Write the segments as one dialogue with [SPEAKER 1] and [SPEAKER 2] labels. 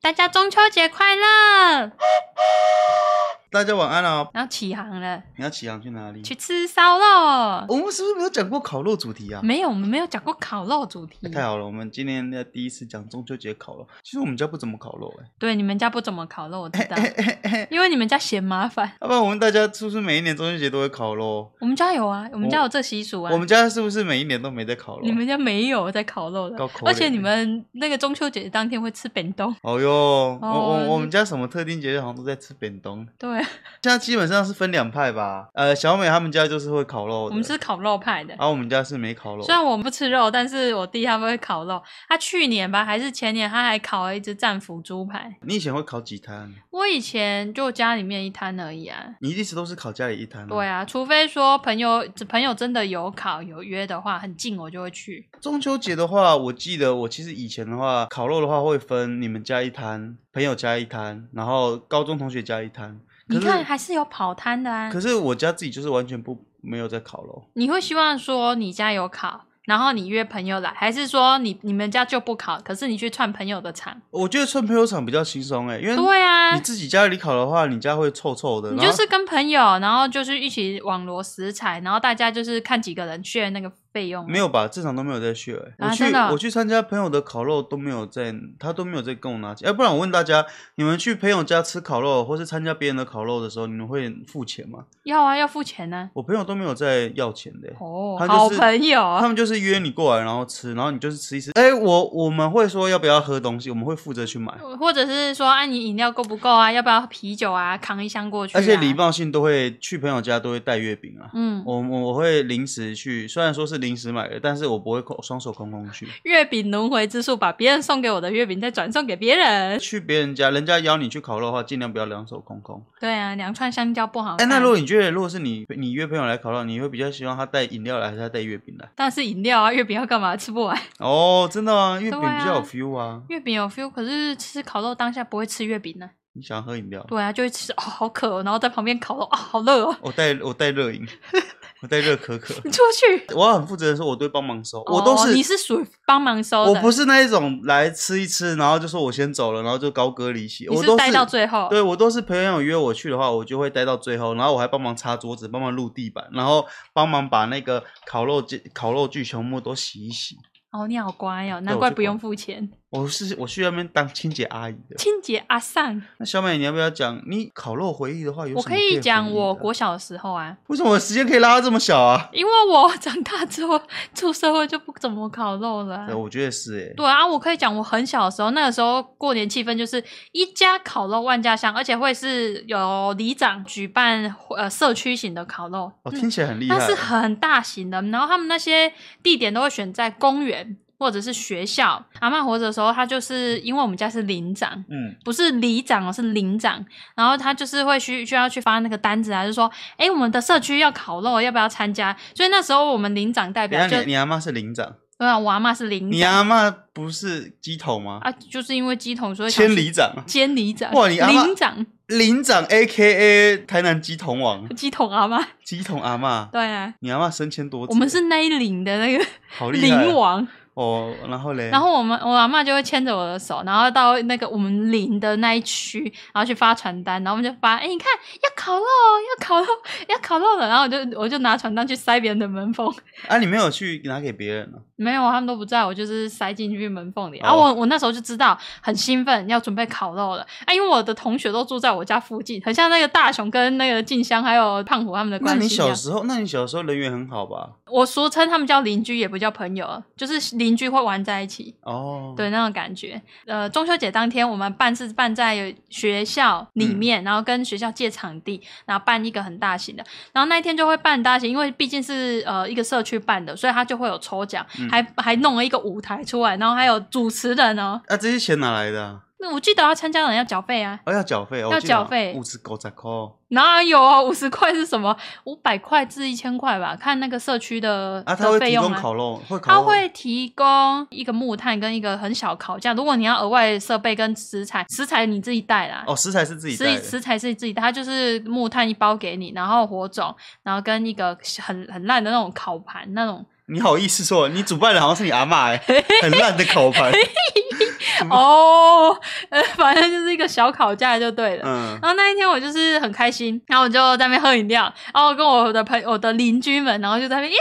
[SPEAKER 1] 大家中秋节快乐！
[SPEAKER 2] 大家晚安啊！
[SPEAKER 1] 然后起航了，
[SPEAKER 2] 你要起航去哪里？
[SPEAKER 1] 去吃烧肉。
[SPEAKER 2] 我们是不是没有讲过烤肉主题啊？
[SPEAKER 1] 没有，我们没有讲过烤肉主题
[SPEAKER 2] 哎。太好了，我们今天要第一次讲中秋节烤肉。其实我们家不怎么烤肉哎、
[SPEAKER 1] 对，你们家不怎么烤肉，我知道，
[SPEAKER 2] 欸，
[SPEAKER 1] 因为你们家嫌麻烦。
[SPEAKER 2] 要不然我们大家是不是每一年中秋节都会烤肉？
[SPEAKER 1] 我们家有啊，我们家有这习俗啊。
[SPEAKER 2] 我们家是不是每一年都没在烤肉？
[SPEAKER 1] 你们家没有在烤肉的
[SPEAKER 2] 够，可怜
[SPEAKER 1] 而且你们那个中秋节当天会吃扁冬。
[SPEAKER 2] 哦哟，我
[SPEAKER 1] 哦
[SPEAKER 2] 我我们家什么特定节日好像都在吃扁冬。
[SPEAKER 1] 对，啊
[SPEAKER 2] 现在基本上是分两派吧。呃，小美他们家就是会烤肉的，啊
[SPEAKER 1] 我们是烤肉派的。
[SPEAKER 2] 然后、我们家是没烤肉
[SPEAKER 1] 虽。然我不吃肉，但是我弟他们会烤肉。他去年吧，还是前年，他还烤了一只战斧猪排。
[SPEAKER 2] 你以前会烤几摊？
[SPEAKER 1] 我以前就家里面一摊而已啊。
[SPEAKER 2] 你一直都是烤家里一摊、
[SPEAKER 1] 对。啊，除非说朋友朋友真的有考有约的话，很近我就会去。
[SPEAKER 2] 中秋节的话，我记得我其实以前的话，烤肉的话会分你们家一摊，朋友家一摊，然后高中同学家一摊。
[SPEAKER 1] 你
[SPEAKER 2] 可是
[SPEAKER 1] 看还是有跑摊的啊
[SPEAKER 2] 可。是我家自己就是完全不没有在烤肉。
[SPEAKER 1] 你会希望说你家有考，然后你约朋友来，还是说你你们家就不考，可是你去串朋友的场？
[SPEAKER 2] 我觉得串朋友场比较轻松哎，因为
[SPEAKER 1] 对啊
[SPEAKER 2] 你，自己家里烤的话，你家会臭臭的。
[SPEAKER 1] 你
[SPEAKER 2] 然
[SPEAKER 1] 就
[SPEAKER 2] 后
[SPEAKER 1] 是跟朋友，然后就是一起网罗食材，然后大家就是看几个人 share 那个费用啊。
[SPEAKER 2] 没有吧？正常都没有在去、欸。
[SPEAKER 1] 啊
[SPEAKER 2] 我去、
[SPEAKER 1] 真的哦
[SPEAKER 2] 我去参加朋友的烤肉都没有在，他都没有在跟我拿钱。哎、不然我问大家，你们去朋友家吃烤肉，或是参加别人的烤肉的时候，你们会付钱吗？
[SPEAKER 1] 要啊，要付钱呢、
[SPEAKER 2] 我朋友都没有在要钱的欸、
[SPEAKER 1] 哦，
[SPEAKER 2] 他
[SPEAKER 1] 好
[SPEAKER 2] 就是
[SPEAKER 1] 朋友啊
[SPEAKER 2] 他，们就是约你过来，然后吃，然后你就是吃一吃。哎、我我们会说要不要喝东西，我们会负责去买，
[SPEAKER 1] 或者是说，啊，你饮料够不够啊？要不要啤酒啊？扛一箱过去、啊。
[SPEAKER 2] 而且礼，貌性都会去朋友家都会带月饼啊。
[SPEAKER 1] 嗯，
[SPEAKER 2] 我我我会临时去，虽然说是临时买的，但是我不会空双手空空去。
[SPEAKER 1] 月饼轮回之术，把别人送给我的月饼再转送给别人。
[SPEAKER 2] 去别人家，人家邀你去烤肉的话，尽量不要两手空空。
[SPEAKER 1] 对啊，两串香蕉不好
[SPEAKER 2] 哎、
[SPEAKER 1] 看。
[SPEAKER 2] 那如果你觉得，如果是你你约朋友来烤肉，你会比较希望他带饮料来，还是他带月饼来？
[SPEAKER 1] 但是饮料啊，月饼要干嘛？吃不完。
[SPEAKER 2] 哦，真的啊，月饼
[SPEAKER 1] 对啊
[SPEAKER 2] 比较有 feel 啊。
[SPEAKER 1] 月饼有 feel，可是吃烤肉当下不会吃月饼呢、
[SPEAKER 2] 你想喝饮料？
[SPEAKER 1] 对啊，就会吃哦，好渴、哦，然后在旁边烤肉，哦，好热哦，
[SPEAKER 2] 我带我带热饮，我带热可可。
[SPEAKER 1] 你出去。
[SPEAKER 2] 我很负责任说，我都会帮忙收，我 都
[SPEAKER 1] 哦
[SPEAKER 2] 是
[SPEAKER 1] 你是属于帮忙收的，
[SPEAKER 2] 我不是那一种来吃一吃，然后就说我先走了，然后就高歌离席。
[SPEAKER 1] 你
[SPEAKER 2] 我
[SPEAKER 1] 是
[SPEAKER 2] 都
[SPEAKER 1] 待到最后。
[SPEAKER 2] 对我都是朋友约我去的话，我就会待到最后，然后我还帮忙擦桌子，帮忙撸地板，然后帮忙把那个烤肉具烤肉具全部都洗一洗。
[SPEAKER 1] 哦，你好乖哦，
[SPEAKER 2] 我
[SPEAKER 1] 难
[SPEAKER 2] 去
[SPEAKER 1] 怪不
[SPEAKER 2] 管
[SPEAKER 1] 用付钱。
[SPEAKER 2] 我是我去那边当清洁阿姨的。
[SPEAKER 1] 清洁阿尚，
[SPEAKER 2] 那小美，你要不要讲你烤肉回忆的话有什么
[SPEAKER 1] 我可
[SPEAKER 2] 以
[SPEAKER 1] 以
[SPEAKER 2] 回
[SPEAKER 1] 讲
[SPEAKER 2] 忆
[SPEAKER 1] 我
[SPEAKER 2] 的
[SPEAKER 1] 国小的时候啊，
[SPEAKER 2] 为什么我时间可以拉到这么小啊？
[SPEAKER 1] 因为我长大之后出社会就不怎么烤肉了啊、
[SPEAKER 2] 对，我觉得是欸诶、
[SPEAKER 1] 对啊，我可以讲我很小的时候，那个时候过年气氛就是一家烤肉万家香，而且会是有里长举办呃社区型的烤肉，
[SPEAKER 2] 哦，听起来很厉害、
[SPEAKER 1] 那是很大型的。然后他们那些地点都会选在公园或者是学校。阿嬷活着的时候，她就是因为我们家是邻长，
[SPEAKER 2] 嗯，
[SPEAKER 1] 不是里长哦，是邻长。然后他就是会需需要去发那个单子啊，就说，哎，我们的社区要烤肉，要不要参加？所以那时候我们邻长代
[SPEAKER 2] 等
[SPEAKER 1] 表
[SPEAKER 2] 一
[SPEAKER 1] 就
[SPEAKER 2] 下，你你阿妈是领长，
[SPEAKER 1] 对啊，我阿妈是邻
[SPEAKER 2] 你
[SPEAKER 1] 长
[SPEAKER 2] 阿妈不是鸡头吗？
[SPEAKER 1] 啊，就是因为鸡桶所以想
[SPEAKER 2] 千
[SPEAKER 1] 去
[SPEAKER 2] 里长，
[SPEAKER 1] 监里长，
[SPEAKER 2] 哇你阿嬷
[SPEAKER 1] 领长
[SPEAKER 2] 领长 A K A 台南鸡童王，
[SPEAKER 1] 鸡桶阿妈，
[SPEAKER 2] 鸡童阿妈，
[SPEAKER 1] 对啊，
[SPEAKER 2] 你阿妈升迁多子，
[SPEAKER 1] 我们是那一领的那个
[SPEAKER 2] 好厉害啊
[SPEAKER 1] 领王，
[SPEAKER 2] 哦。然后嘞，
[SPEAKER 1] 然后我们我阿嬷就会牵着我的手，然后到那个我们领的那一区，然后去发传单，然后我们就发，哎，你看要烤肉，要烤肉， 要烤肉了，然后我就我就拿传单去塞别人的门缝，
[SPEAKER 2] 啊，你没有去拿给别人啊？
[SPEAKER 1] 没有，他们都不在，我就是塞进去门缝里。
[SPEAKER 2] 哦
[SPEAKER 1] 然后我我那时候就知道很兴奋，要准备烤肉了。啊，因为我的同学都住在我家附近，很像那个大雄跟那个静香还有胖虎他们的
[SPEAKER 2] 那
[SPEAKER 1] 关系
[SPEAKER 2] 你
[SPEAKER 1] 一样
[SPEAKER 2] 小。时候，那你小时候人缘很好吧？
[SPEAKER 1] 我俗称他们叫邻居，也不叫朋友，就是邻居会玩在一起。
[SPEAKER 2] 哦，，
[SPEAKER 1] 对那种感觉，呃，中秋节当天我们办是办在学校里
[SPEAKER 2] 嗯
[SPEAKER 1] 面，然后跟学校借场地，然后办一个很大型的，然后那一天就会办很大型，因为毕竟是呃一个社区办的，所以他就会有抽奖，
[SPEAKER 2] 嗯
[SPEAKER 1] 还还弄了一个舞台出来，然后还有主持人哦。
[SPEAKER 2] 啊，这些钱哪来的啊？
[SPEAKER 1] 那我记得要参加的人要缴费啊，
[SPEAKER 2] 哦，要缴费，
[SPEAKER 1] 要
[SPEAKER 2] 哦我记得
[SPEAKER 1] 缴费
[SPEAKER 2] 五十九十块。
[SPEAKER 1] 哪有啊？五十块是什么？五百块至一千块吧，看那个社区的
[SPEAKER 2] 啊，他
[SPEAKER 1] 的
[SPEAKER 2] 会
[SPEAKER 1] 费
[SPEAKER 2] 提
[SPEAKER 1] 用
[SPEAKER 2] 供
[SPEAKER 1] 啊。
[SPEAKER 2] 烤肉，会烤
[SPEAKER 1] 它
[SPEAKER 2] 肉，
[SPEAKER 1] 会提供一个木炭跟一个很小烤架，如果你要额外设备跟食材，食材你自己带啦。
[SPEAKER 2] 哦，食材是自己
[SPEAKER 1] 食
[SPEAKER 2] 带的，
[SPEAKER 1] 食材是自己带，它就是木炭一包给你，然后火种，然后跟一个很很烂的那种烤盘那种
[SPEAKER 2] 你好意思说你主办人好像是你阿妈哎、很烂的 烤盘。嗯
[SPEAKER 1] 哦， 呃，反正就是一个小烤架就对了。
[SPEAKER 2] 嗯，
[SPEAKER 1] 然后那一天我就是很开心，然后我就在那边喝饮料，然后跟我的朋友、我的邻居们，然后就在那边耶，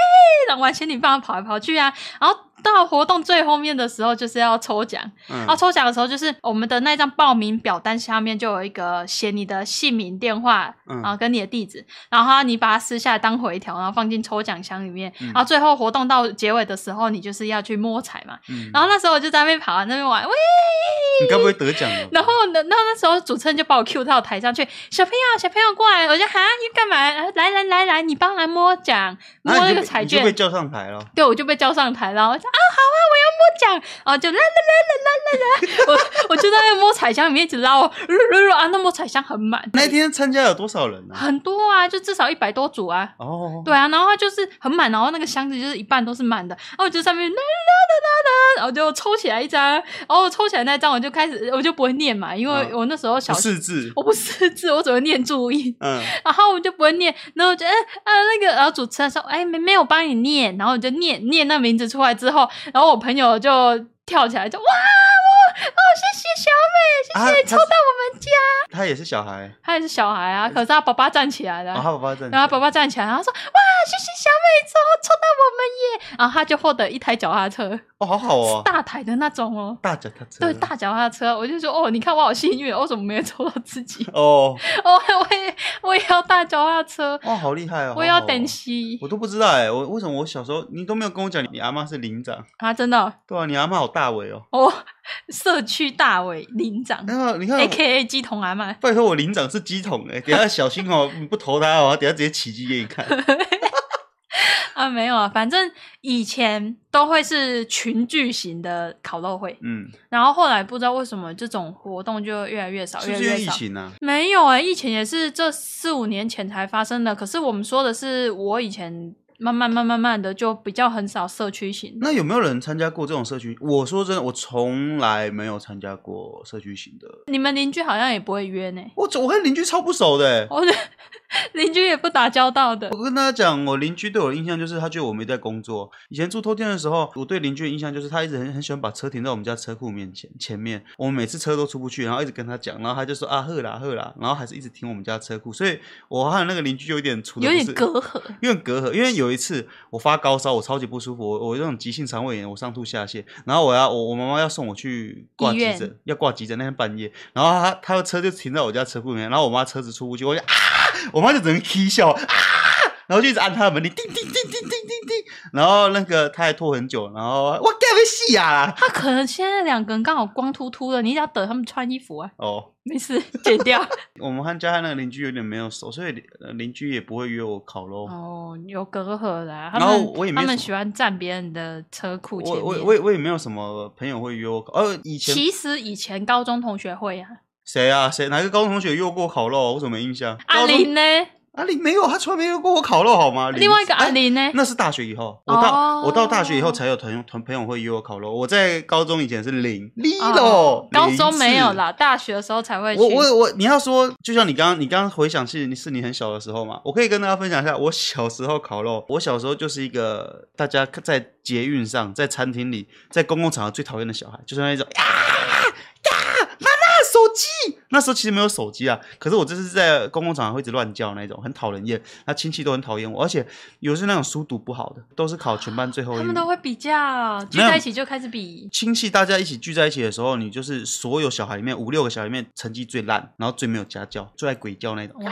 [SPEAKER 1] 然后玩仙女棒跑来跑去啊。然后到活动最后面的时候，就是要抽奖。
[SPEAKER 2] 嗯
[SPEAKER 1] 然后哦抽奖的时候，就是我们的那张报名表单下面就有一个写你的姓名、电话，
[SPEAKER 2] 嗯
[SPEAKER 1] 然后跟你的地址，然后你把它撕下来当回条，然后放进抽奖箱里面。
[SPEAKER 2] 嗯
[SPEAKER 1] 然后最后活动到结尾的时候，你就是要去摸彩嘛。
[SPEAKER 2] 嗯，
[SPEAKER 1] 然后那时候我就在那边跑，那边玩，喂。
[SPEAKER 2] 你该不会得奖了吧？
[SPEAKER 1] 然后呢，那那时候主持人就把我 Q 到台上去，小朋友，小朋友过来，我就喊你干嘛？啊来来来来，你帮忙摸奖，摸
[SPEAKER 2] 啊
[SPEAKER 1] 那
[SPEAKER 2] 你就
[SPEAKER 1] 个
[SPEAKER 2] 被
[SPEAKER 1] 彩
[SPEAKER 2] 你就被
[SPEAKER 1] 券。
[SPEAKER 2] 叫上台了。
[SPEAKER 1] 对，我就被叫上台了，我就啊好啊，我要摸奖，然后就啦啦啦啦啦啦啦，我我就在那个摸彩箱里面一直捞，噜噜噜啊，那摸彩箱很满，
[SPEAKER 2] 那天参加有多少人啊？
[SPEAKER 1] 很多啊，就至少一百多组啊。
[SPEAKER 2] 哦，
[SPEAKER 1] 对啊，然后它就是很满，然后那个箱子就是一半都是满的，然后我就上面啦啦啦啦啦，然后就抽起来一张，然后抽起来那张我就开始我就不会念嘛，因为
[SPEAKER 2] 嗯
[SPEAKER 1] 我那时候小
[SPEAKER 2] 不识字。
[SPEAKER 1] 我不识字，我只会念注音，
[SPEAKER 2] 嗯，
[SPEAKER 1] 然后我就不会念，然后我就嗯啊那个，然后主持人说，哎妹妹，我帮你念，然后我就念念那名字出来之后，然后我朋友就跳起来就哇哇哦谢谢小美，
[SPEAKER 2] 啊
[SPEAKER 1] 谢谢、
[SPEAKER 2] 他
[SPEAKER 1] 抽到我们家，
[SPEAKER 2] 他也是小孩，哦
[SPEAKER 1] 他也是小孩啊，可是他爸爸站起来了。
[SPEAKER 2] 然后他爸爸在。
[SPEAKER 1] 啊然后他爸爸站起来，然后说：“哇，谢谢小美抽抽到我们耶！”然后他就获得一台脚踏车，
[SPEAKER 2] 哦，好好
[SPEAKER 1] 是
[SPEAKER 2] 哦，
[SPEAKER 1] 大台的那种哦，
[SPEAKER 2] 大脚踏车。
[SPEAKER 1] 对，大脚踏车。我就说：“哦，你看我好幸运哦，我怎么没有抽到自己？”
[SPEAKER 2] 哦，
[SPEAKER 1] 哦，我也我也要大脚踏车，
[SPEAKER 2] 哇，好厉害哦！
[SPEAKER 1] 我也要
[SPEAKER 2] 好好哦
[SPEAKER 1] 等息
[SPEAKER 2] 我都不知道哎，我为什么我小时候你都没有跟我讲你阿妈是领长？
[SPEAKER 1] 啊！真的哦，
[SPEAKER 2] 对啊，你阿妈好大尾哦。
[SPEAKER 1] 哦， 社区大伟领长
[SPEAKER 2] 然后你看我，
[SPEAKER 1] ，A K A 鸡童阿妈，
[SPEAKER 2] 拜托我领长是鸡桶哎，等一下小心哦， 你不投他哦，等一下直接起鸡给你看。
[SPEAKER 1] 啊，没有啊，反正以前都会是群聚型的烤肉会，
[SPEAKER 2] 嗯，
[SPEAKER 1] 然后后来不知道为什么这种活动就越来越少，
[SPEAKER 2] 是
[SPEAKER 1] 越来
[SPEAKER 2] 不是因
[SPEAKER 1] 越
[SPEAKER 2] 为疫
[SPEAKER 1] 少。
[SPEAKER 2] 情啊？
[SPEAKER 1] 没有哎、疫情也是这四五年前才发生的。可是我们说的是，我以前慢慢、慢、慢慢的就比较很少社区型的。
[SPEAKER 2] 那有没有人参加过这种社区？我说真的，我从来没有参加过社区型的。
[SPEAKER 1] 你们邻居好像也不会约呢、
[SPEAKER 2] 我我跟邻居超不熟的欸，
[SPEAKER 1] 我的 邻居也不打交道的。
[SPEAKER 2] 我跟大家讲，我邻居对我的印象就是他觉得我没在工作。以前住偷店的时候，我对邻居的印象就是他一直很很喜欢把车停在我们家车库面前前面，我们每次车都出不去，然后一直跟他讲，然后他就说啊呵啦呵啦，然后还是一直停我们家车库，所以我和那个邻居有点处得
[SPEAKER 1] 有
[SPEAKER 2] 不
[SPEAKER 1] 点
[SPEAKER 2] 是
[SPEAKER 1] 隔阂，
[SPEAKER 2] 因为隔阂，因为有一次我发高烧，我超级不舒服，我我有那种急性肠胃炎，我上吐下泻，然后我要我我妈妈要送我去挂
[SPEAKER 1] 医
[SPEAKER 2] 急
[SPEAKER 1] 院
[SPEAKER 2] 诊，要挂急诊那天半夜，然后她她的车就停在我家车库里面，然后我妈车子出不去，我就啊，我妈就只能啼笑啊，然后就一直按她的门铃，叮叮叮叮叮叮叮，然后那个她还拖很久，然后我该被戏啊，
[SPEAKER 1] 他可能现在两个人刚好光秃秃的，你只要等他们穿衣服啊，
[SPEAKER 2] 哦，
[SPEAKER 1] 没 事，剪掉。
[SPEAKER 2] 我们和家和那个邻居有点没有熟，所以呃邻居也不会约我烤肉。
[SPEAKER 1] 哦，有隔阂啦。他
[SPEAKER 2] 然后
[SPEAKER 1] 们
[SPEAKER 2] 我也没
[SPEAKER 1] 他们
[SPEAKER 2] 什么
[SPEAKER 1] 喜欢站别人的车库前
[SPEAKER 2] 我
[SPEAKER 1] 面。
[SPEAKER 2] 我我也我也没有什么朋友会约我烤，呃，以前
[SPEAKER 1] 其实以前高中同学会啊，
[SPEAKER 2] 谁啊？谁哪个高中同学约过烤肉啊？我怎么没印象？
[SPEAKER 1] 阿
[SPEAKER 2] 高中
[SPEAKER 1] 林呢？
[SPEAKER 2] 阿林没有，他从来没约过我烤肉好吗？
[SPEAKER 1] 另外一个阿
[SPEAKER 2] 林
[SPEAKER 1] 林呢？
[SPEAKER 2] 哎，那是大学以后，我到、
[SPEAKER 1] 哦
[SPEAKER 2] 我到大学以后才有朋友团朋友会约我烤肉。我在高中以前是零零
[SPEAKER 1] 哦
[SPEAKER 2] 喽，
[SPEAKER 1] 高中没有
[SPEAKER 2] 啦。
[SPEAKER 1] 啦，大学的时候才会去。
[SPEAKER 2] 我我我，你要说，就像你刚刚你刚刚回想是你是你很小的时候嘛，我可以跟大家分享一下我小时候烤肉。我小时候就是一个大家在捷运上、在餐厅里、在公共场合最讨厌的小孩，就是那一种呀呀妈妈手机。那时候其实没有手机啊，可是我就是在公共场合会一直乱叫那一种，很讨人厌。那亲戚都很讨厌我，而且有时候那种书读不好的，都是考全班最后一
[SPEAKER 1] 他
[SPEAKER 2] 名
[SPEAKER 1] 们。都会比较聚
[SPEAKER 2] 没有
[SPEAKER 1] 在一起就开始比。
[SPEAKER 2] 亲戚大家一起聚在一起的时候，你就是所有小孩里面五六个小孩里面成绩最烂，然后最没有家教，最爱鬼叫那一种
[SPEAKER 1] 喂，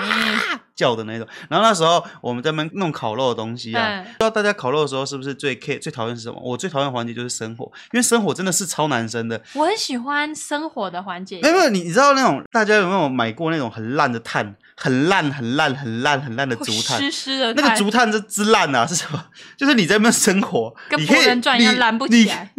[SPEAKER 2] 叫的那一种。然后那时候我们在那边弄烤肉的东西啊，
[SPEAKER 1] 嗯
[SPEAKER 2] 不知道大家烤肉的时候是不是最 care 最讨厌是什么？我最讨厌的环节就是生火，因为生火真的是超难生的。
[SPEAKER 1] 我很喜欢生活的环节
[SPEAKER 2] 没。有没有，你你知道那种大家有没有买过那种很烂的炭，很烂很烂很烂很烂的
[SPEAKER 1] 会
[SPEAKER 2] 竹炭？
[SPEAKER 1] 湿湿的
[SPEAKER 2] 那
[SPEAKER 1] 炭
[SPEAKER 2] 个竹炭这之烂啊，是什么？就是你在那边生火，
[SPEAKER 1] 跟
[SPEAKER 2] 你
[SPEAKER 1] 波
[SPEAKER 2] 可以
[SPEAKER 1] 人转一样
[SPEAKER 2] 你
[SPEAKER 1] 拦不
[SPEAKER 2] 你
[SPEAKER 1] 起来。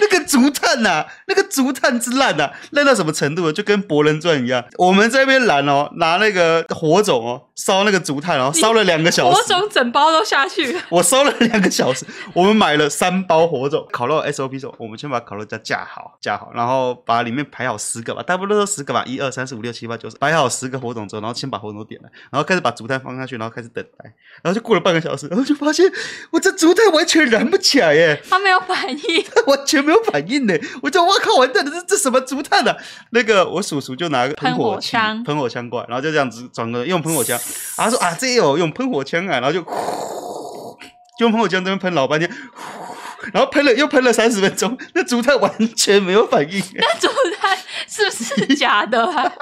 [SPEAKER 2] 那个竹炭呐、那个竹炭之烂啊呐、烂到什么程度了？就跟《博人传》一样，我们这边拦哦，拿那个火种哦，烧那个竹炭，然后烧了两个小
[SPEAKER 1] 火
[SPEAKER 2] 时。
[SPEAKER 1] 种整包都下去，
[SPEAKER 2] 我烧了两个小时，我们买了三包火种烤肉 SOP 手，我们先把烤肉架架好，架好，然后把里面排好十个吧，大部分都是十个吧，一二三四五六七八九十，摆好十个火种之后，然后先把火种点燃，然后开始把竹炭放下去，然后开始等待，然后就过了半个小时，然后就发现我这竹炭完全燃不起来耶，
[SPEAKER 1] 他没有反应。
[SPEAKER 2] 完全没有反应呢，我就我靠完蛋了，这这什么竹炭啊？那个我叔叔就拿个
[SPEAKER 1] 喷火
[SPEAKER 2] 器
[SPEAKER 1] 枪
[SPEAKER 2] 喷火枪过来，然后就这样子转过来用喷火枪，他说啊这也有用喷火枪啊，然后就呼就用喷火枪这边喷老半天，呼然后喷了又喷了三十分钟，那竹炭完全没有反应耶，
[SPEAKER 1] 那煮菜是不是假的 啊？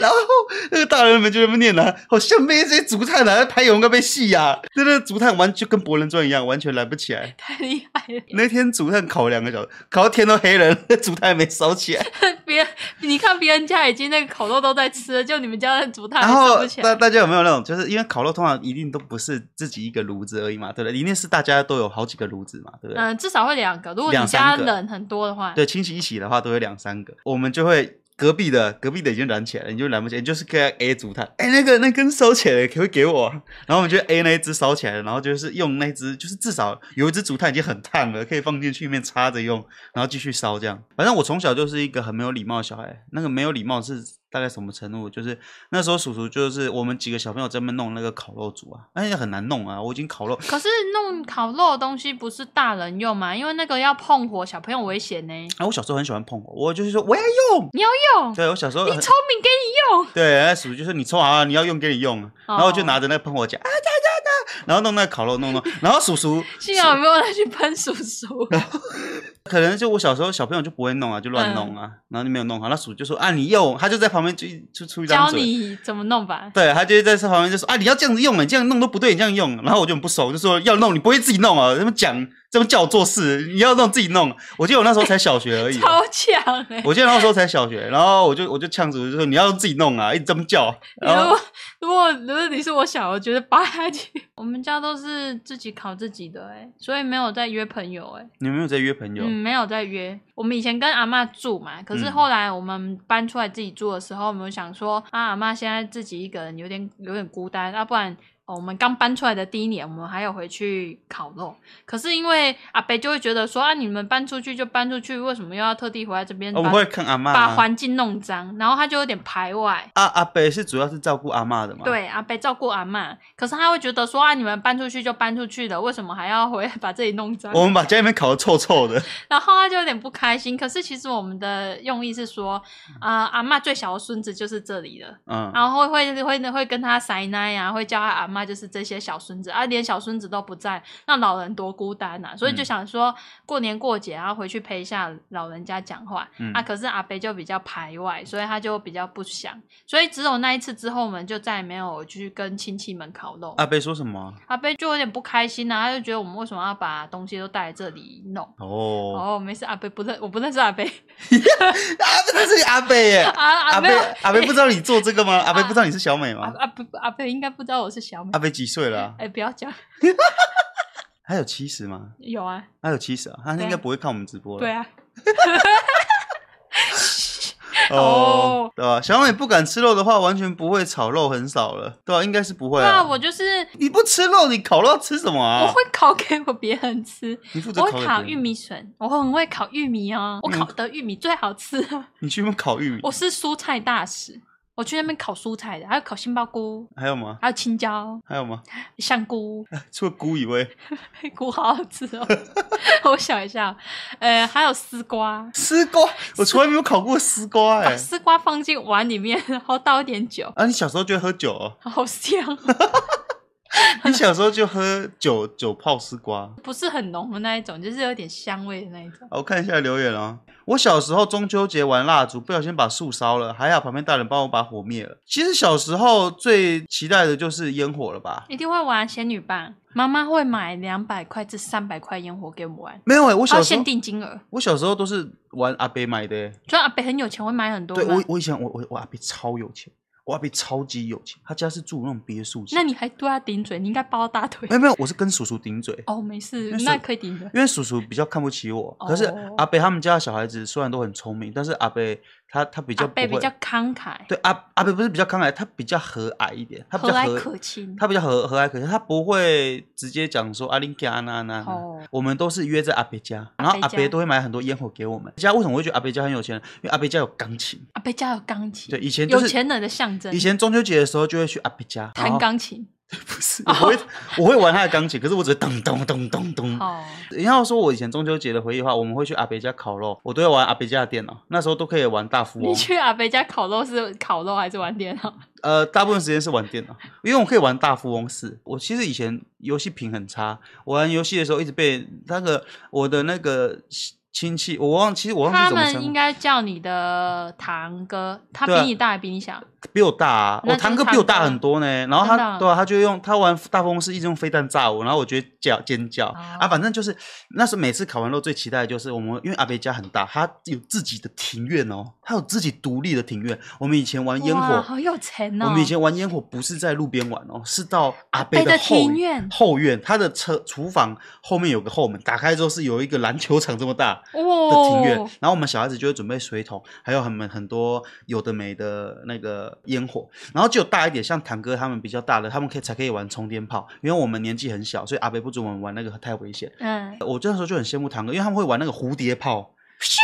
[SPEAKER 2] 然后那个大人们就在那边念啊，好像被这些竹炭啊拍勇该被戏呀、啊，那个竹炭完就跟《博人传》一样，完全燃不起来。
[SPEAKER 1] 太厉害了！
[SPEAKER 2] 那天竹炭烤两个小时，烤到天都黑了，那竹炭还没烧起来。
[SPEAKER 1] 别你看别人家已经那个烤肉都在吃了，就你们家的煮菜
[SPEAKER 2] 然
[SPEAKER 1] 还吃
[SPEAKER 2] 后
[SPEAKER 1] 不起
[SPEAKER 2] 大
[SPEAKER 1] 来。
[SPEAKER 2] 大家有没有那种，就是因为烤肉通常一定都不是自己一个炉子而已嘛，对不对？一定是大家都有好几个炉子嘛，对不对？
[SPEAKER 1] 嗯，至少会两个。如果你
[SPEAKER 2] 两三
[SPEAKER 1] 家
[SPEAKER 2] 个
[SPEAKER 1] 人很多的话，
[SPEAKER 2] 对，亲戚一起的话都有两三个，我们就会隔壁的隔壁的已经燃起来了，你就燃不起来，你就是跟 A 竹炭，哎，那个那根烧起来了，可不可以给我啊？然后我们就 A 那一只烧起来了，然后就是用那只，就是至少有一只竹炭已经很烫了，可以放进去里面插着用，然后继续烧这样。反正我从小就是一个很没有礼貌的小孩，那个没有礼貌是大概什么程度？就是那时候叔叔就是我们几个小朋友在那边弄那个烤肉煮啊，那也很难弄啊，我已经烤肉
[SPEAKER 1] 可是弄烤肉的东西不是大人用嘛？因为那个要碰火，小朋友危险呢。
[SPEAKER 2] 啊，我小时候很喜欢碰火，我就是说我要用，
[SPEAKER 1] 你要用，
[SPEAKER 2] 对我小时候
[SPEAKER 1] 你
[SPEAKER 2] 很
[SPEAKER 1] 聪明给你用。
[SPEAKER 2] 对，那叔叔就说你抽好啊，你要用给你
[SPEAKER 1] 哦
[SPEAKER 2] 用啊，然后我就拿着那个喷火夹啊哒哒哒，然后弄那个烤肉 弄弄，然后叔叔
[SPEAKER 1] 幸好没有再去喷叔 叔。
[SPEAKER 2] 可能就我小时候小朋友就不会弄啊，就乱弄
[SPEAKER 1] 嗯
[SPEAKER 2] 啊，然后就没有弄好，那叔叔就说啊你用，他就在旁边就一就出一张
[SPEAKER 1] 教
[SPEAKER 2] 嘴。
[SPEAKER 1] 你怎么弄吧。
[SPEAKER 2] 对他就会在旁边就说啊，你要这样子用啊，你这样弄都不对，你这样用。然后我就很不熟，我就说要弄，你不会自己弄啊？这么讲，这么叫我做事，你要弄自己弄。啊我记得我那时候才小学而已，啊
[SPEAKER 1] 超强哎、
[SPEAKER 2] 我记得那时候才小学，然后我就我就呛叔叔就说你要自己弄啊，一直这么叫。然
[SPEAKER 1] 如
[SPEAKER 2] 后
[SPEAKER 1] 果如果如果你是我小，我觉得扒下去。 我们家都是自己烤自己的哎、所以没有在约朋友哎、
[SPEAKER 2] 你有没有在约朋友？
[SPEAKER 1] 嗯，没有在约。我们以前跟阿嬷住嘛，可是
[SPEAKER 2] 嗯
[SPEAKER 1] 后来我们搬出来自己住的时候，我们想说啊，阿嬷现在自己一个人有点有点孤单，要、不然、哦我们刚搬出来的第一年，我们还有回去烤肉。可是因为阿北就会觉得说啊，你们搬出去就搬出去，为什么又要特地回来这边
[SPEAKER 2] 哦我
[SPEAKER 1] 把、
[SPEAKER 2] 们会看阿妈、
[SPEAKER 1] 把环境弄脏？然后他就有点排外。
[SPEAKER 2] 啊，阿伯是主要是照顾阿嬷的嘛？，
[SPEAKER 1] 对，阿伯照顾阿嬷，可是他会觉得说啊，你们搬出去就搬出去了，为什么还要回来把自己弄脏？
[SPEAKER 2] 我们把家里面烤得臭臭的，
[SPEAKER 1] 然后他就有点不开心。可是其实我们的用意是说，啊、阿嬷最小的孙子就是这里了，
[SPEAKER 2] 嗯，
[SPEAKER 1] 然后会会会会跟他塞奶啊，会叫他阿嬷，就是这些小孙子啊，连小孙子都不在，那老人多孤单呐、所以就
[SPEAKER 2] 嗯
[SPEAKER 1] 想说、过年过节然后回去陪一下老人家讲话。
[SPEAKER 2] 嗯
[SPEAKER 1] 啊，可是阿北就比较排外，所以他就比较不想，所以只有那一次之后，我们就再也没有去跟亲戚们烤肉。
[SPEAKER 2] 阿伯说什么？
[SPEAKER 1] 阿北就有点不开心呐、他就觉得我们为什么要把东西都带来这里弄？
[SPEAKER 2] 哦，
[SPEAKER 1] 哦，没事，阿北不认，我不认识阿 北，
[SPEAKER 2] 阿伯这是阿伯耶，
[SPEAKER 1] 阿阿
[SPEAKER 2] 阿伯啊
[SPEAKER 1] 北，
[SPEAKER 2] 阿伯不知道你做这个吗？阿伯
[SPEAKER 1] 啊
[SPEAKER 2] 不知道你是小美
[SPEAKER 1] 阿
[SPEAKER 2] 吗？
[SPEAKER 1] 阿北阿北应该不知道我是小美
[SPEAKER 2] 阿。伯几岁了啊？
[SPEAKER 1] 哎，不要讲，
[SPEAKER 2] 他有七十吗？
[SPEAKER 1] 有啊，
[SPEAKER 2] 他有七十啊，他
[SPEAKER 1] 对啊
[SPEAKER 2] 应该不会看我们直播了。
[SPEAKER 1] 对啊，
[SPEAKER 2] 哦
[SPEAKER 1] 哦，
[SPEAKER 2] 对吧？小美不敢吃肉的话，完全不会炒肉，很少了，对吧？应该是不会
[SPEAKER 1] 对啊，
[SPEAKER 2] 啊。
[SPEAKER 1] 我就是
[SPEAKER 2] 你不吃肉，你烤肉吃什么
[SPEAKER 1] 我
[SPEAKER 2] 啊？
[SPEAKER 1] 会烤给我别人 吃，
[SPEAKER 2] 你负责
[SPEAKER 1] 我
[SPEAKER 2] 烤
[SPEAKER 1] 会
[SPEAKER 2] 给
[SPEAKER 1] 烤
[SPEAKER 2] 别人
[SPEAKER 1] 玉，米笋，我很会烤玉米哦，我
[SPEAKER 2] 嗯
[SPEAKER 1] 烤的玉米最好吃 了，
[SPEAKER 2] 你去那边烤玉米，
[SPEAKER 1] 我是蔬菜大使，我去那边烤蔬菜的，还有烤杏鲍菇，
[SPEAKER 2] 还有吗？
[SPEAKER 1] 还有青椒、
[SPEAKER 2] 还有吗？
[SPEAKER 1] 香菇，
[SPEAKER 2] 除了菇以外，
[SPEAKER 1] 黑菇好好吃哦， 我想一下，呃，还有丝瓜，
[SPEAKER 2] 丝瓜， 我从来没有烤过丝瓜
[SPEAKER 1] 把
[SPEAKER 2] 哎。
[SPEAKER 1] 丝瓜放进碗里面，然后倒一点酒，
[SPEAKER 2] 啊，你小时候就喝酒、哦？
[SPEAKER 1] 好香 哦，
[SPEAKER 2] 你小时候就喝酒酒泡丝瓜？
[SPEAKER 1] 不是很浓的那一种，就是有点香味的那一种。
[SPEAKER 2] 好我看一下留言哦。我小时候中秋节玩蜡烛，不小心把树烧了，还好旁边大人帮我把火灭了。其实小时候最期待的就是烟火了吧？
[SPEAKER 1] 一定会玩仙女棒，妈妈会买两百块至三百块烟火给我们玩，
[SPEAKER 2] 没有哎、我
[SPEAKER 1] 还有
[SPEAKER 2] 小时候
[SPEAKER 1] 啊限定金额。
[SPEAKER 2] 我小时候都是玩阿伯买的欸、
[SPEAKER 1] 就阿北很有啊钱，会买很多
[SPEAKER 2] 对
[SPEAKER 1] 嘛
[SPEAKER 2] 我我以前我我我阿伯超有钱，我阿伯超级有钱，他家是住那种别墅型
[SPEAKER 1] 那。你还对他顶嘴，你应该抱他大腿
[SPEAKER 2] 没。有没有，我是跟叔叔顶嘴。
[SPEAKER 1] 哦，没事
[SPEAKER 2] 那，是
[SPEAKER 1] 那可以顶嘴。
[SPEAKER 2] 因为叔叔比较看不起我，可是
[SPEAKER 1] 哦
[SPEAKER 2] 阿北他们家的小孩子虽然都很聪明，但是阿北他他比较
[SPEAKER 1] 阿
[SPEAKER 2] 不
[SPEAKER 1] 贝
[SPEAKER 2] 会
[SPEAKER 1] 比较慷慨，
[SPEAKER 2] 对阿阿贝不是比较慷慨，他比较和蔼一点，他比
[SPEAKER 1] 和
[SPEAKER 2] 较
[SPEAKER 1] 蔼可亲。
[SPEAKER 2] 他比较和和蔼可亲，他不会直接讲说阿啊林给阿那那。
[SPEAKER 1] 哦
[SPEAKER 2] 我们都是约在阿北家，然后
[SPEAKER 1] 阿伯
[SPEAKER 2] 阿
[SPEAKER 1] 家
[SPEAKER 2] 北都会买很多烟火给我们。家为什么我会觉得阿北家很有钱？因为阿北家有钢琴。
[SPEAKER 1] 阿贝家有钢琴，
[SPEAKER 2] 对，以前就
[SPEAKER 1] 有
[SPEAKER 2] 是
[SPEAKER 1] 钱人的象征。
[SPEAKER 2] 以前嗯中秋节的时候就会去阿北家然
[SPEAKER 1] 弹
[SPEAKER 2] 后
[SPEAKER 1] 钢琴，
[SPEAKER 2] 不是，我会我会玩他的钢琴，可是我只是咚咚咚咚咚。
[SPEAKER 1] 哦，
[SPEAKER 2] 你要说我以前中秋节的回忆的话，我们会去阿北家烤肉，我都会玩阿北家的电脑，那时候都可以玩大富
[SPEAKER 1] 你
[SPEAKER 2] 翁。
[SPEAKER 1] 去阿贝家烤肉是烤肉还是玩电脑？
[SPEAKER 2] 呃，大部分时间是玩电脑，因为我可以玩大富翁四。我其实以前游戏品很差，我玩游戏的时候一直被那个我的那个亲戚，我忘，其实我忘记
[SPEAKER 1] 他
[SPEAKER 2] 怎么
[SPEAKER 1] 们应
[SPEAKER 2] 称，
[SPEAKER 1] 该叫你的堂哥，他比
[SPEAKER 2] 对啊
[SPEAKER 1] 你大还比你小？
[SPEAKER 2] 比我大、啊，
[SPEAKER 1] 那
[SPEAKER 2] 我
[SPEAKER 1] 就是
[SPEAKER 2] 堂哥
[SPEAKER 1] 堂
[SPEAKER 2] 比我大
[SPEAKER 1] 哥
[SPEAKER 2] 很多呢。然后
[SPEAKER 1] 真的啊
[SPEAKER 2] 他对啊，他就用他玩大富翁四，一直用飞弹炸我，然后我觉得叫尖叫、
[SPEAKER 1] 哦
[SPEAKER 2] 啊，反正就是那时候每次烤完肉最期待的就是我们，因为阿北家很大，他有自己的庭院哦，他有自己独立的庭院。我们以前玩烟
[SPEAKER 1] 哇
[SPEAKER 2] 火，
[SPEAKER 1] 好有钱哦！
[SPEAKER 2] 我们以前玩烟火不是在路边玩哦，是到阿
[SPEAKER 1] 伯
[SPEAKER 2] 伯
[SPEAKER 1] 的
[SPEAKER 2] 的后
[SPEAKER 1] 庭院
[SPEAKER 2] 后院，他的车厨房后面有个后门，打开之后是有一个篮球场这么大的
[SPEAKER 1] 哦哇，
[SPEAKER 2] 庭院，然后我们小孩子就会准备水桶，还有很很多有的没的那个烟火，然后只有大一点，像堂哥他们比较大的，他们可以才可以玩充电炮，因为我们年纪很小，所以阿伯不准我们玩那个太危险。
[SPEAKER 1] 嗯，
[SPEAKER 2] 我那时候就很羡慕堂哥，因为他们会玩那个蝴蝶炮。咻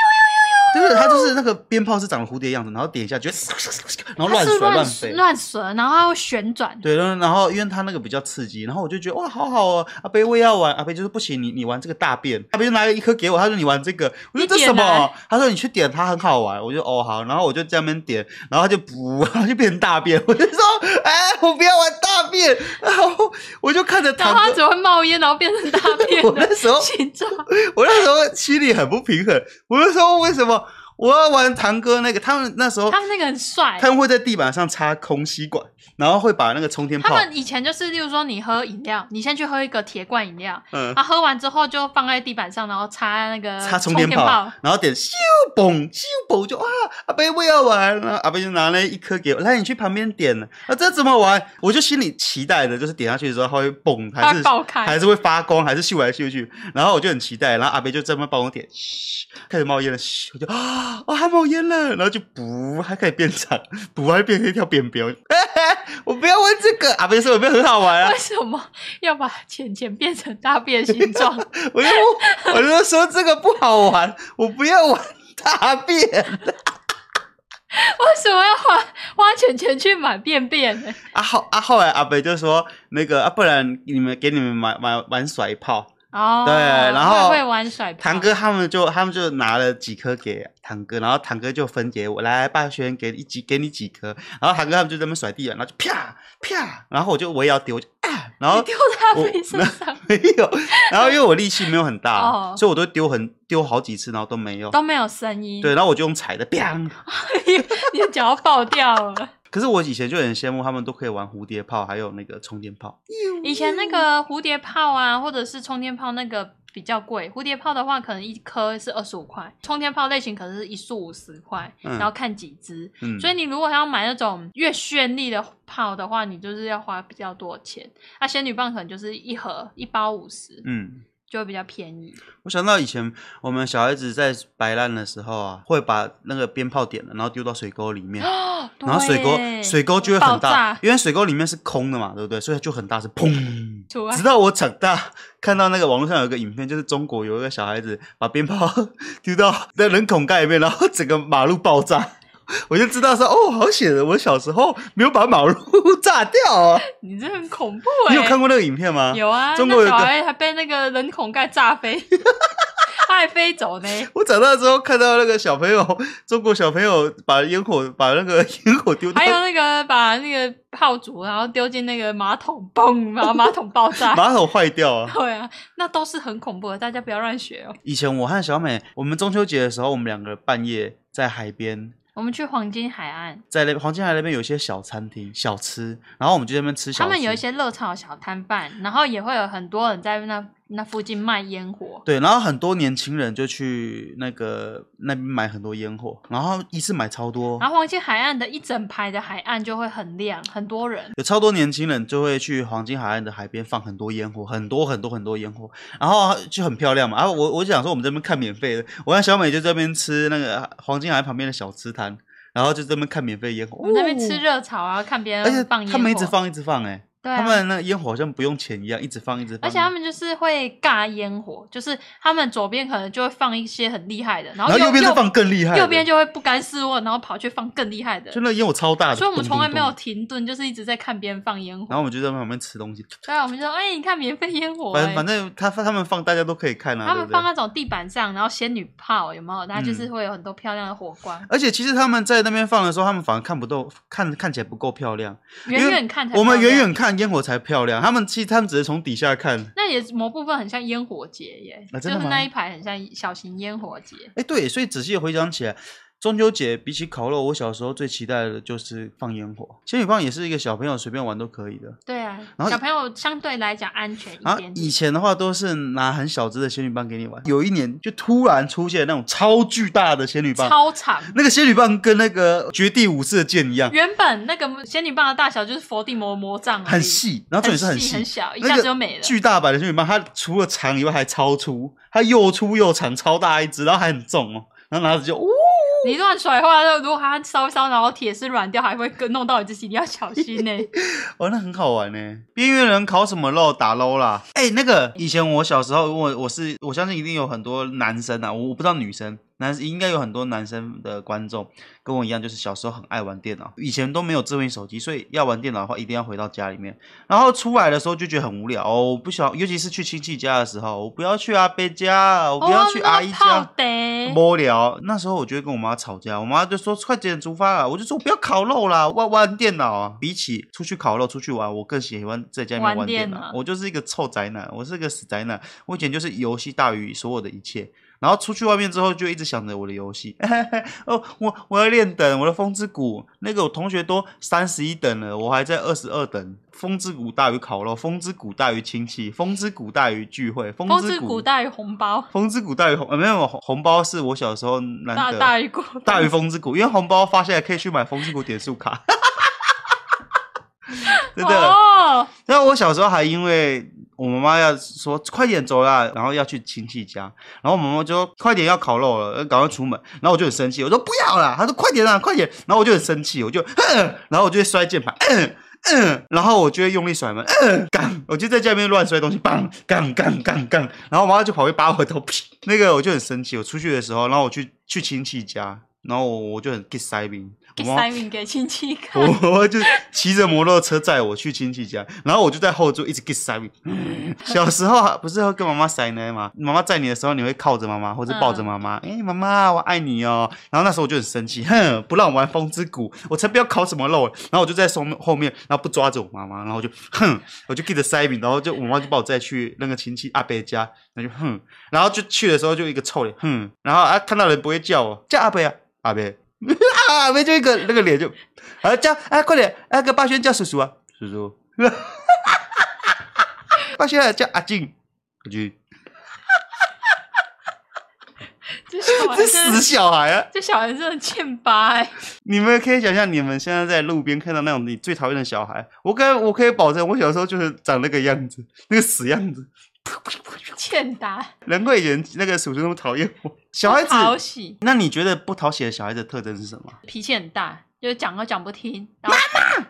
[SPEAKER 2] 对对，他就是那个鞭炮是长了蝴蝶样子，然后点一下就， 然后
[SPEAKER 1] 它
[SPEAKER 2] 乱
[SPEAKER 1] 是
[SPEAKER 2] 甩
[SPEAKER 1] 乱
[SPEAKER 2] 乱
[SPEAKER 1] 甩
[SPEAKER 2] 飞，
[SPEAKER 1] 乱甩，然后它会旋转，
[SPEAKER 2] 对，然后然后因为他那个比较刺激，然后我就觉得哇，好好哦，阿贝我也要玩，阿贝就是不行，你你玩这个大便，阿贝就拿了一颗给我，他说你玩这个，我说
[SPEAKER 1] 你
[SPEAKER 2] 这
[SPEAKER 1] 点啊
[SPEAKER 2] 什么
[SPEAKER 1] 来？
[SPEAKER 2] 他说你去点它很好玩，我就哦好，然后我就在那边点，然后他就不，然后就变成大便，我就说哎，我不要玩大便，然后我就看着
[SPEAKER 1] 然
[SPEAKER 2] 堂
[SPEAKER 1] 后它
[SPEAKER 2] 哥，
[SPEAKER 1] 只会冒烟，然后变成大便
[SPEAKER 2] 我
[SPEAKER 1] 的
[SPEAKER 2] 那时候哦
[SPEAKER 1] 形状。
[SPEAKER 2] 我那时候心里很不平衡，我就说为什么我要玩堂哥那个，他们那时候
[SPEAKER 1] 他们那个很帅
[SPEAKER 2] 他，们会在地板上插空吸管，然后会把那个冲天
[SPEAKER 1] 他
[SPEAKER 2] 炮，
[SPEAKER 1] 们以前就是，例如说你喝饮料，你先去喝一个铁罐饮料，
[SPEAKER 2] 嗯。
[SPEAKER 1] 啊，喝完之后就放在地板上，然后插那个
[SPEAKER 2] 呃插充
[SPEAKER 1] 电
[SPEAKER 2] 电炮，然后点咻嘣咻嘣就啊，阿贝我要玩，然后阿贝就拿了一颗给我，来你去旁边点了，啊这怎么玩？我就心里期待的，就是点下去的时候它会蹦，
[SPEAKER 1] 它
[SPEAKER 2] 还
[SPEAKER 1] 会
[SPEAKER 2] 是
[SPEAKER 1] 爆开
[SPEAKER 2] 还是会发光，还是咻来咻去，然后我就很期待，然后阿贝就这么帮我点，嘘开始冒烟了，嘘我就啊哦它冒烟了，然后就不还可以变长，不还变成一 条扁扁，我就我不要玩这个，阿贝说有没有很好玩啊
[SPEAKER 1] 为？什么要把钱钱变成大便形状？
[SPEAKER 2] 我就我就说这个不好玩，我不要玩大便。
[SPEAKER 1] 为什么要花花钱钱去买便便呢？
[SPEAKER 2] 啊后啊后来阿北就说那个啊，不然你们给你们买买玩甩炮，
[SPEAKER 1] 哦，
[SPEAKER 2] 对然后
[SPEAKER 1] 会会玩甩炮
[SPEAKER 2] 堂哥他们就他们就拿了几颗给堂哥，然后堂哥就分给我，来霸轩给一几给你几颗，然后堂哥他们就在那边甩地板，然后就啪啪，然后我就我也要丢，我就啊，然后
[SPEAKER 1] 你丢在
[SPEAKER 2] 我
[SPEAKER 1] 阿飞身上
[SPEAKER 2] 没有， 然后因为我力气没有很大，
[SPEAKER 1] 哦
[SPEAKER 2] 所以我都丢很丢好几次，然后都没有，
[SPEAKER 1] 都没有声音，
[SPEAKER 2] 对，然后我就用踩的，砰，
[SPEAKER 1] 你的脚要爆掉了。
[SPEAKER 2] 可是我以前就很羡慕他们都可以玩蝴蝶炮，还有那个充电炮，
[SPEAKER 1] 以前
[SPEAKER 2] 嗯
[SPEAKER 1] 那个蝴蝶炮啊，或者是充电炮那个比较贵，蝴蝶炮的话可能一颗是二十五块，充电炮类型可能是一束五十块，
[SPEAKER 2] 嗯
[SPEAKER 1] 然后看几支。
[SPEAKER 2] 嗯，
[SPEAKER 1] 所以你如果要买那种越绚丽的炮的话，你就是要花比较多钱。那、仙女棒可能就是一盒一包五十、
[SPEAKER 2] 嗯。
[SPEAKER 1] 就会比较便宜。
[SPEAKER 2] 我想到以前我们小孩子在摆烂的时候啊，会把那个鞭炮点了，然后丢到水沟里面，
[SPEAKER 1] 哦，
[SPEAKER 2] 嗯然后水沟
[SPEAKER 1] 对
[SPEAKER 2] 水沟就会很
[SPEAKER 1] 爆
[SPEAKER 2] 大
[SPEAKER 1] 炸，
[SPEAKER 2] 因为水沟里面是空的嘛，对不对？所以就很大声，砰！
[SPEAKER 1] 出来
[SPEAKER 2] 直到我长大，看到那个网络上有一个影片，就是中国有一个小孩子把鞭炮 丢到那人孔盖里面，然后整个马路爆炸。我就知道说，哦，好险！我小时候没有把马路 炸掉啊。
[SPEAKER 1] 你这很恐怖哎、
[SPEAKER 2] 你有看过那个影片吗？
[SPEAKER 1] 有啊，
[SPEAKER 2] 中国有
[SPEAKER 1] 那
[SPEAKER 2] 个
[SPEAKER 1] 小孩还被那个人孔盖炸飞， 他还飞走呢。
[SPEAKER 2] 我长大之后看到那个小朋友，中国小朋友把烟火把那个烟火 丢到
[SPEAKER 1] 还有那个把那个炮竹，然后丢进那个马桶，嘣，然后马桶爆炸。
[SPEAKER 2] 马桶坏掉啊！
[SPEAKER 1] 对啊，那都是很恐怖的，大家不要乱学哦。
[SPEAKER 2] 以前我和小美，我们中秋节的时候，我们两个半夜在海边，
[SPEAKER 1] 我们去黄金海岸，
[SPEAKER 2] 在那黄金海那边有一些小餐厅、小吃，然后我们就在那边吃小吃。
[SPEAKER 1] 他们有一些热炒小摊贩，然后也会有很多人在那那附近卖烟火。
[SPEAKER 2] 对，然后很多年轻人就去那个那边买很多烟火，然后一次买超多，
[SPEAKER 1] 然后黄金海岸的一整排的海岸就会很亮，很多人。
[SPEAKER 2] 有超多年轻人就会去黄金海岸的海边放很多烟火，很多很多很多烟火，然后就很漂啊亮嘛。然后我我就想说我们这边看免费的，我和小美就这边吃那个黄金海岸旁边的小吃摊，然后就在那边看免费烟火，哦
[SPEAKER 1] 我们那边吃热炒啊，看别
[SPEAKER 2] 而且
[SPEAKER 1] 人放烟火，
[SPEAKER 2] 哦他们一直放一直放、欸，
[SPEAKER 1] 对啊
[SPEAKER 2] 他们那烟火好像不用钱一样，一直放一直放。
[SPEAKER 1] 而且他们就是会尬烟火，就是他们左边可能就会放一些很厉害的，然
[SPEAKER 2] 然后
[SPEAKER 1] 右
[SPEAKER 2] 右边再放更厉害的，
[SPEAKER 1] 右边就会不甘示弱，然后跑去放更厉害的
[SPEAKER 2] 就。那烟火超大的，
[SPEAKER 1] 所以我们
[SPEAKER 2] 咚
[SPEAKER 1] 从来
[SPEAKER 2] 咚
[SPEAKER 1] 没有
[SPEAKER 2] 咚
[SPEAKER 1] 停顿，就是一直在看别人放烟
[SPEAKER 2] 然
[SPEAKER 1] 火。
[SPEAKER 2] 后我们就在旁边吃东西，
[SPEAKER 1] 对啊，我们就说，哎、你看免费烟火、
[SPEAKER 2] 反
[SPEAKER 1] 哎
[SPEAKER 2] 正反正他他们放大家都可以看啊，
[SPEAKER 1] 他
[SPEAKER 2] 对嗯
[SPEAKER 1] 们
[SPEAKER 2] 不
[SPEAKER 1] 放
[SPEAKER 2] 对？
[SPEAKER 1] 那种地板上，然后仙女泡有没有？它就是会有很多漂亮的火光，
[SPEAKER 2] 而且其实他们在那边放的时候，他们反而看不到，看看起来不够漂亮。
[SPEAKER 1] 远远、看才
[SPEAKER 2] 我们
[SPEAKER 1] 漂亮
[SPEAKER 2] 远远看烟火才漂亮，他们其实他们只是从底下看。
[SPEAKER 1] 那也某部分很像烟火节耶，
[SPEAKER 2] 啊
[SPEAKER 1] 就
[SPEAKER 2] 真的
[SPEAKER 1] 是
[SPEAKER 2] 吗
[SPEAKER 1] 那一排很像小型烟火节。
[SPEAKER 2] 哎，对，所以仔细回想起来，中秋节比起烤肉，我小时候最期待的就是放烟火。仙女棒也是一个小朋友随便玩都可以的。
[SPEAKER 1] 对啊
[SPEAKER 2] 然，后
[SPEAKER 1] 小朋友相对来讲安全一
[SPEAKER 2] 啊
[SPEAKER 1] 点，
[SPEAKER 2] 以
[SPEAKER 1] 点。
[SPEAKER 2] 前的话都是拿很小只的仙女棒给你玩，有一年就突然出现那种超巨大的仙女棒，
[SPEAKER 1] 超长，
[SPEAKER 2] 那个仙女棒跟那个绝地武士的剑一样，
[SPEAKER 1] 原本那个仙女棒的大小就是佛地魔魔杖而已，
[SPEAKER 2] 很细，然后重点是
[SPEAKER 1] 很
[SPEAKER 2] 细，
[SPEAKER 1] 很小，一
[SPEAKER 2] 那
[SPEAKER 1] 下
[SPEAKER 2] 个
[SPEAKER 1] 子就没了。
[SPEAKER 2] 巨大版的仙女棒，它除了长以外还超粗，它又粗又长，超大一只，然后还很重哦，然后拿着就呜，
[SPEAKER 1] 你乱甩话，那如果它烧一烧，然后铁丝软掉，还会跟弄到你自己，你要小心欸呢、
[SPEAKER 2] 哦，那很好玩呢。边缘人烤什么肉？打 l 啦！哎、那个以前我小时候，我我是我相信一定有很多男生啊，我我不知道女生，男应该有很多男生的观众跟我一样，就是小时候很爱玩电脑，以前都没有智慧型手机，所以要玩电脑的话，一定要回到家里面。然后出来的时候就觉得很无聊，哦、我不想，尤其是去亲戚家的时候，我不要去阿伯家，我不要去阿姨家。
[SPEAKER 1] 哦那泡得
[SPEAKER 2] 无聊，那时候我就会跟我妈吵架，我妈就说快点出发了，我就说我不要烤肉啦，我要玩电脑啊。比起出去烤肉、出去玩，我更喜欢在家里面
[SPEAKER 1] 玩
[SPEAKER 2] 玩电
[SPEAKER 1] 电
[SPEAKER 2] 脑
[SPEAKER 1] 脑。
[SPEAKER 2] 我就是一个臭宅男，我是个死宅男，我以前就是游戏大于所有的一切。然后出去外面之后，就一直想着我的游戏。 哦，我我要练等我的风之谷，那个我同学都三十一等了，我还在二十二等。风之谷大于烤肉，风之谷大于亲戚，风之谷大于聚会，风
[SPEAKER 1] 风
[SPEAKER 2] 之
[SPEAKER 1] 之
[SPEAKER 2] 谷
[SPEAKER 1] 谷大于红包，
[SPEAKER 2] 风之谷大于红，呃，没有红红包是我小时候难
[SPEAKER 1] 大
[SPEAKER 2] 得
[SPEAKER 1] 大于谷，
[SPEAKER 2] 大于风之谷，因为红包发下来可以去买风之谷点数卡， 真的。
[SPEAKER 1] 哦，
[SPEAKER 2] 然后我小时候还因为我妈妈要说快点走啦，然后要去亲戚家，然后我妈妈就说快点要烤肉了，呃赶快出门，然后我就很生气，我说不要啦，她说快点啦，快点，啊然后我就很生气，我就，哼然后我就会摔键盘，嗯嗯，然后我就会用力甩门，嗯，杠，我就在家里面乱摔东西，梆，杠杠杠杠，然后我妈就跑去扒我的头皮，那个我就很生气，我出去的时候，然后我去去亲戚家，然后我我就很 get 塞宾，我
[SPEAKER 1] 给
[SPEAKER 2] 妈妈
[SPEAKER 1] 塞运给亲戚看。
[SPEAKER 2] 我我就骑着摩托车载我去亲戚家，然后我就在后座一直 get 塞。小时候啊不是会跟妈妈塞奶吗？妈妈载你的时候，你会靠着妈妈或者抱着妈妈，哎、妈妈，我爱你哦。然后那时候我就很生气，哼，不让我玩风之谷，我才不要烤什么肉。然后我就在后面后面，然后不抓着我妈妈，然后我就哼，我就 get 着塞饼，然后就我妈就把我载去那个亲戚阿伯家，那就哼，然后就去的时候就一个臭脸，哼，然后啊看到人不会叫我叫阿伯啊，阿伯。 啊，阿伯就一个那个脸就啊，叫啊，快点，啊，跟霸轩叫叔叔啊，叔 叔。霸轩叫阿静，阿静，
[SPEAKER 1] 这小孩
[SPEAKER 2] 这
[SPEAKER 1] 真
[SPEAKER 2] 死
[SPEAKER 1] 的，
[SPEAKER 2] 小孩啊！
[SPEAKER 1] 这小孩真的欠巴哎、
[SPEAKER 2] 你们可以想象，你们现在在路边看到那种你最讨厌的小孩，我跟我可以保证，我小时候就是长那个样子，那个死样子。
[SPEAKER 1] 欠打，
[SPEAKER 2] 难怪以前那个叔叔那么讨厌我。小孩
[SPEAKER 1] 不讨
[SPEAKER 2] 子，
[SPEAKER 1] 喜，
[SPEAKER 2] 那你觉得不讨喜的小孩子的特征是什么？
[SPEAKER 1] 脾气很大，就是讲都讲不听，然后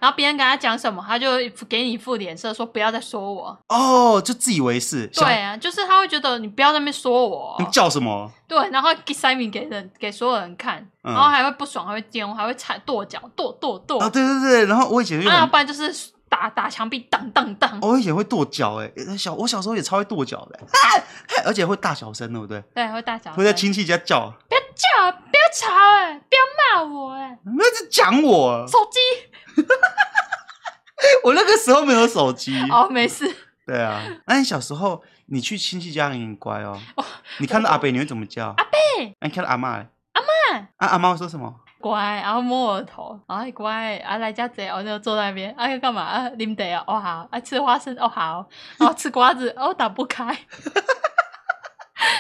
[SPEAKER 1] 然后别人跟他讲什么，他就给你一副脸色，说不要再说我。
[SPEAKER 2] 哦，就自以为是。小
[SPEAKER 1] 对，啊，就是他会觉得你不要在那边说我
[SPEAKER 2] 你，叫什么？
[SPEAKER 1] 对，然后给塞米给人给所有人看，
[SPEAKER 2] 嗯
[SPEAKER 1] 然后还会不爽，还会尖，还会踩跺脚，跺跺跺，
[SPEAKER 2] 啊，
[SPEAKER 1] 啊，
[SPEAKER 2] 对对对，然后我以前就很
[SPEAKER 1] 要不然就是打打墙壁，当当当，
[SPEAKER 2] 我以哦前会跺脚哎，欸小我小时候也超会跺脚的、欸 而且会大小声，对不对？
[SPEAKER 1] 对，会大脚，
[SPEAKER 2] 会在亲戚家叫，
[SPEAKER 1] 不要叫，不要吵，哎，不要骂我，哎，
[SPEAKER 2] 你们在讲我，
[SPEAKER 1] 手机
[SPEAKER 2] 我那个时候没有手机。
[SPEAKER 1] 哦，没事，
[SPEAKER 2] 对啊，那你小时候你去亲戚家你很乖哦，你看到阿伯你会怎么叫？阿伯，那你看到阿妈嘞？阿妈，啊阿妈会说什么？
[SPEAKER 1] 乖，然后摸我的头，哎乖，啊来家贼，我就坐在那边，啊要干嘛啊啉得啊， 哦好，啊吃花生哦好，然后吃瓜子哦打不开，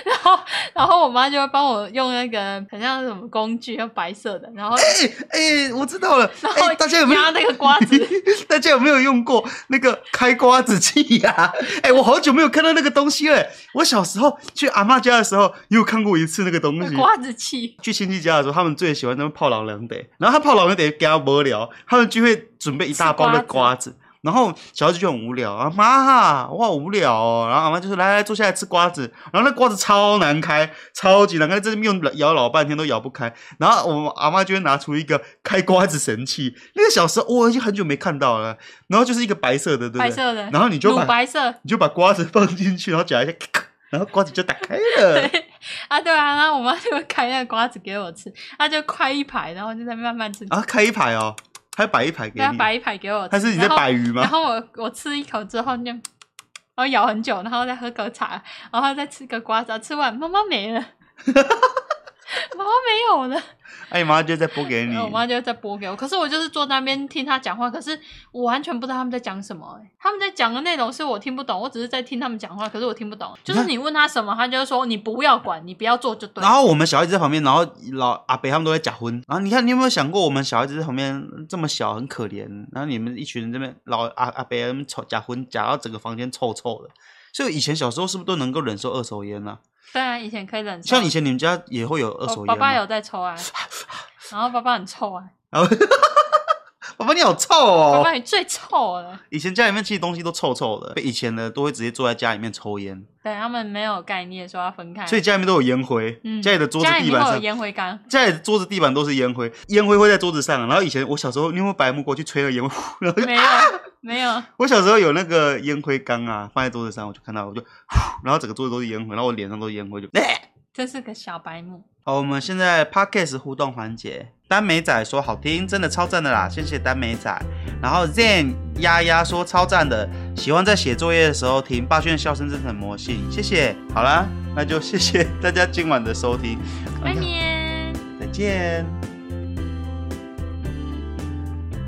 [SPEAKER 1] 然后然后我妈就会帮我用那个很像是什么工具，用白色的，然后
[SPEAKER 2] 哎哎、我知道了，
[SPEAKER 1] 然
[SPEAKER 2] 哎、
[SPEAKER 1] 后
[SPEAKER 2] 大家有没有
[SPEAKER 1] 压那个瓜子？
[SPEAKER 2] 大家有没有用过那个开瓜子器呀、哎、我好久没有看到那个东西了、欸我小时候去阿嬷家的时候，也有看过一次那个东
[SPEAKER 1] 那
[SPEAKER 2] 西。
[SPEAKER 1] 瓜子气，
[SPEAKER 2] 去亲戚家的时候，他们最喜欢他们泡老凉得，然后他泡老凉得给他无聊，他们就会准备一大包的
[SPEAKER 1] 吃
[SPEAKER 2] 瓜
[SPEAKER 1] 瓜
[SPEAKER 2] 子。然后小孩子就很无聊啊，妈哈，我好无聊哦。然后阿妈就说：“来来，坐下来吃瓜子。”然后那瓜子超难开，超级难开，真的用咬老半天都咬不开。然后我阿妈就会拿出一个开瓜子神器，那个小时候我已经很久没看到了。然后就是一个白色的，对不对？
[SPEAKER 1] 白色的，
[SPEAKER 2] 然后你就
[SPEAKER 1] 乳
[SPEAKER 2] 把
[SPEAKER 1] 白色，
[SPEAKER 2] 你就把瓜子放进去，然后夹一下，咔咔然后瓜子就打开 了。
[SPEAKER 1] 啊，对啊，然后我妈就会开那个瓜子给我吃，她就开一排，然后就在慢慢吃，
[SPEAKER 2] 啊，开一排哦，还摆一排给
[SPEAKER 1] 对啊，
[SPEAKER 2] 你。
[SPEAKER 1] 摆一排给我吃。
[SPEAKER 2] 还是你在
[SPEAKER 1] 然后
[SPEAKER 2] 摆鱼
[SPEAKER 1] 然
[SPEAKER 2] 吗？
[SPEAKER 1] 后我我吃一口之后就，然后咬很久，然后再喝口茶，然后再吃个瓜子，啊吃完妈妈没 了，妈妈没有了，
[SPEAKER 2] 哎，妈妈就再拨给你
[SPEAKER 1] 然。后我妈就再拨给我。可是我就是坐那边听她讲话，可是我完全不知道他们在讲什么、欸他们在讲的内容是我听不懂，我只是在听他们讲话，可是我听不懂。就是你问他什么，他就说你不要管，你不要做就对
[SPEAKER 2] 然。后我们小孩子在旁边，然后老阿北他们都在假婚。然后你看，你有没有想过，我们小孩子在旁边这么小，很可怜。然后你们一群人这边老阿阿北他们吵假婚，假到整个房间臭臭的。所以以前小时候是不是都能够忍受二手烟呢、啊？
[SPEAKER 1] 对啊，以前可以忍受。
[SPEAKER 2] 像以前你们家也会有二手
[SPEAKER 1] 我
[SPEAKER 2] 烟
[SPEAKER 1] 哦爸
[SPEAKER 2] 吗、
[SPEAKER 1] 爸有在抽 啊，然后爸爸很臭啊，
[SPEAKER 2] 爸爸你好臭
[SPEAKER 1] 爸
[SPEAKER 2] 哦！
[SPEAKER 1] 爸你最臭了。
[SPEAKER 2] 以前家里面其实东西都臭臭的，以前的都会直接坐在家里面抽烟，
[SPEAKER 1] 对他们没有概念说要分开，
[SPEAKER 2] 所以家里面都有烟灰，
[SPEAKER 1] 哎嗯
[SPEAKER 2] 家里的桌子
[SPEAKER 1] 家里
[SPEAKER 2] 地
[SPEAKER 1] 面
[SPEAKER 2] 板
[SPEAKER 1] 会有
[SPEAKER 2] 上
[SPEAKER 1] 烟灰 缸。
[SPEAKER 2] 家里的桌子、地板都是烟灰，烟灰会在桌子上。然后以前我小时候，你有没有白木过去吹了烟灰？ 然后就
[SPEAKER 1] 没有，没有，
[SPEAKER 2] 我小时候有那个烟灰缸啊，放在桌子上，我就看到，我就，然后整个桌子都是烟灰，然后我脸上都是烟灰，就。
[SPEAKER 1] 这是个小白目。
[SPEAKER 2] 好，我们现在 podcast 互动环节，丹美仔说好听，真的超赞的啦，谢谢丹美仔。然后 Zen 丫丫说超赞的，喜欢在写作业的时候听，霸轩的笑声真的很魔性，谢谢。好啦，那就谢谢大家今晚的收听，
[SPEAKER 1] 拜年。
[SPEAKER 2] 再见。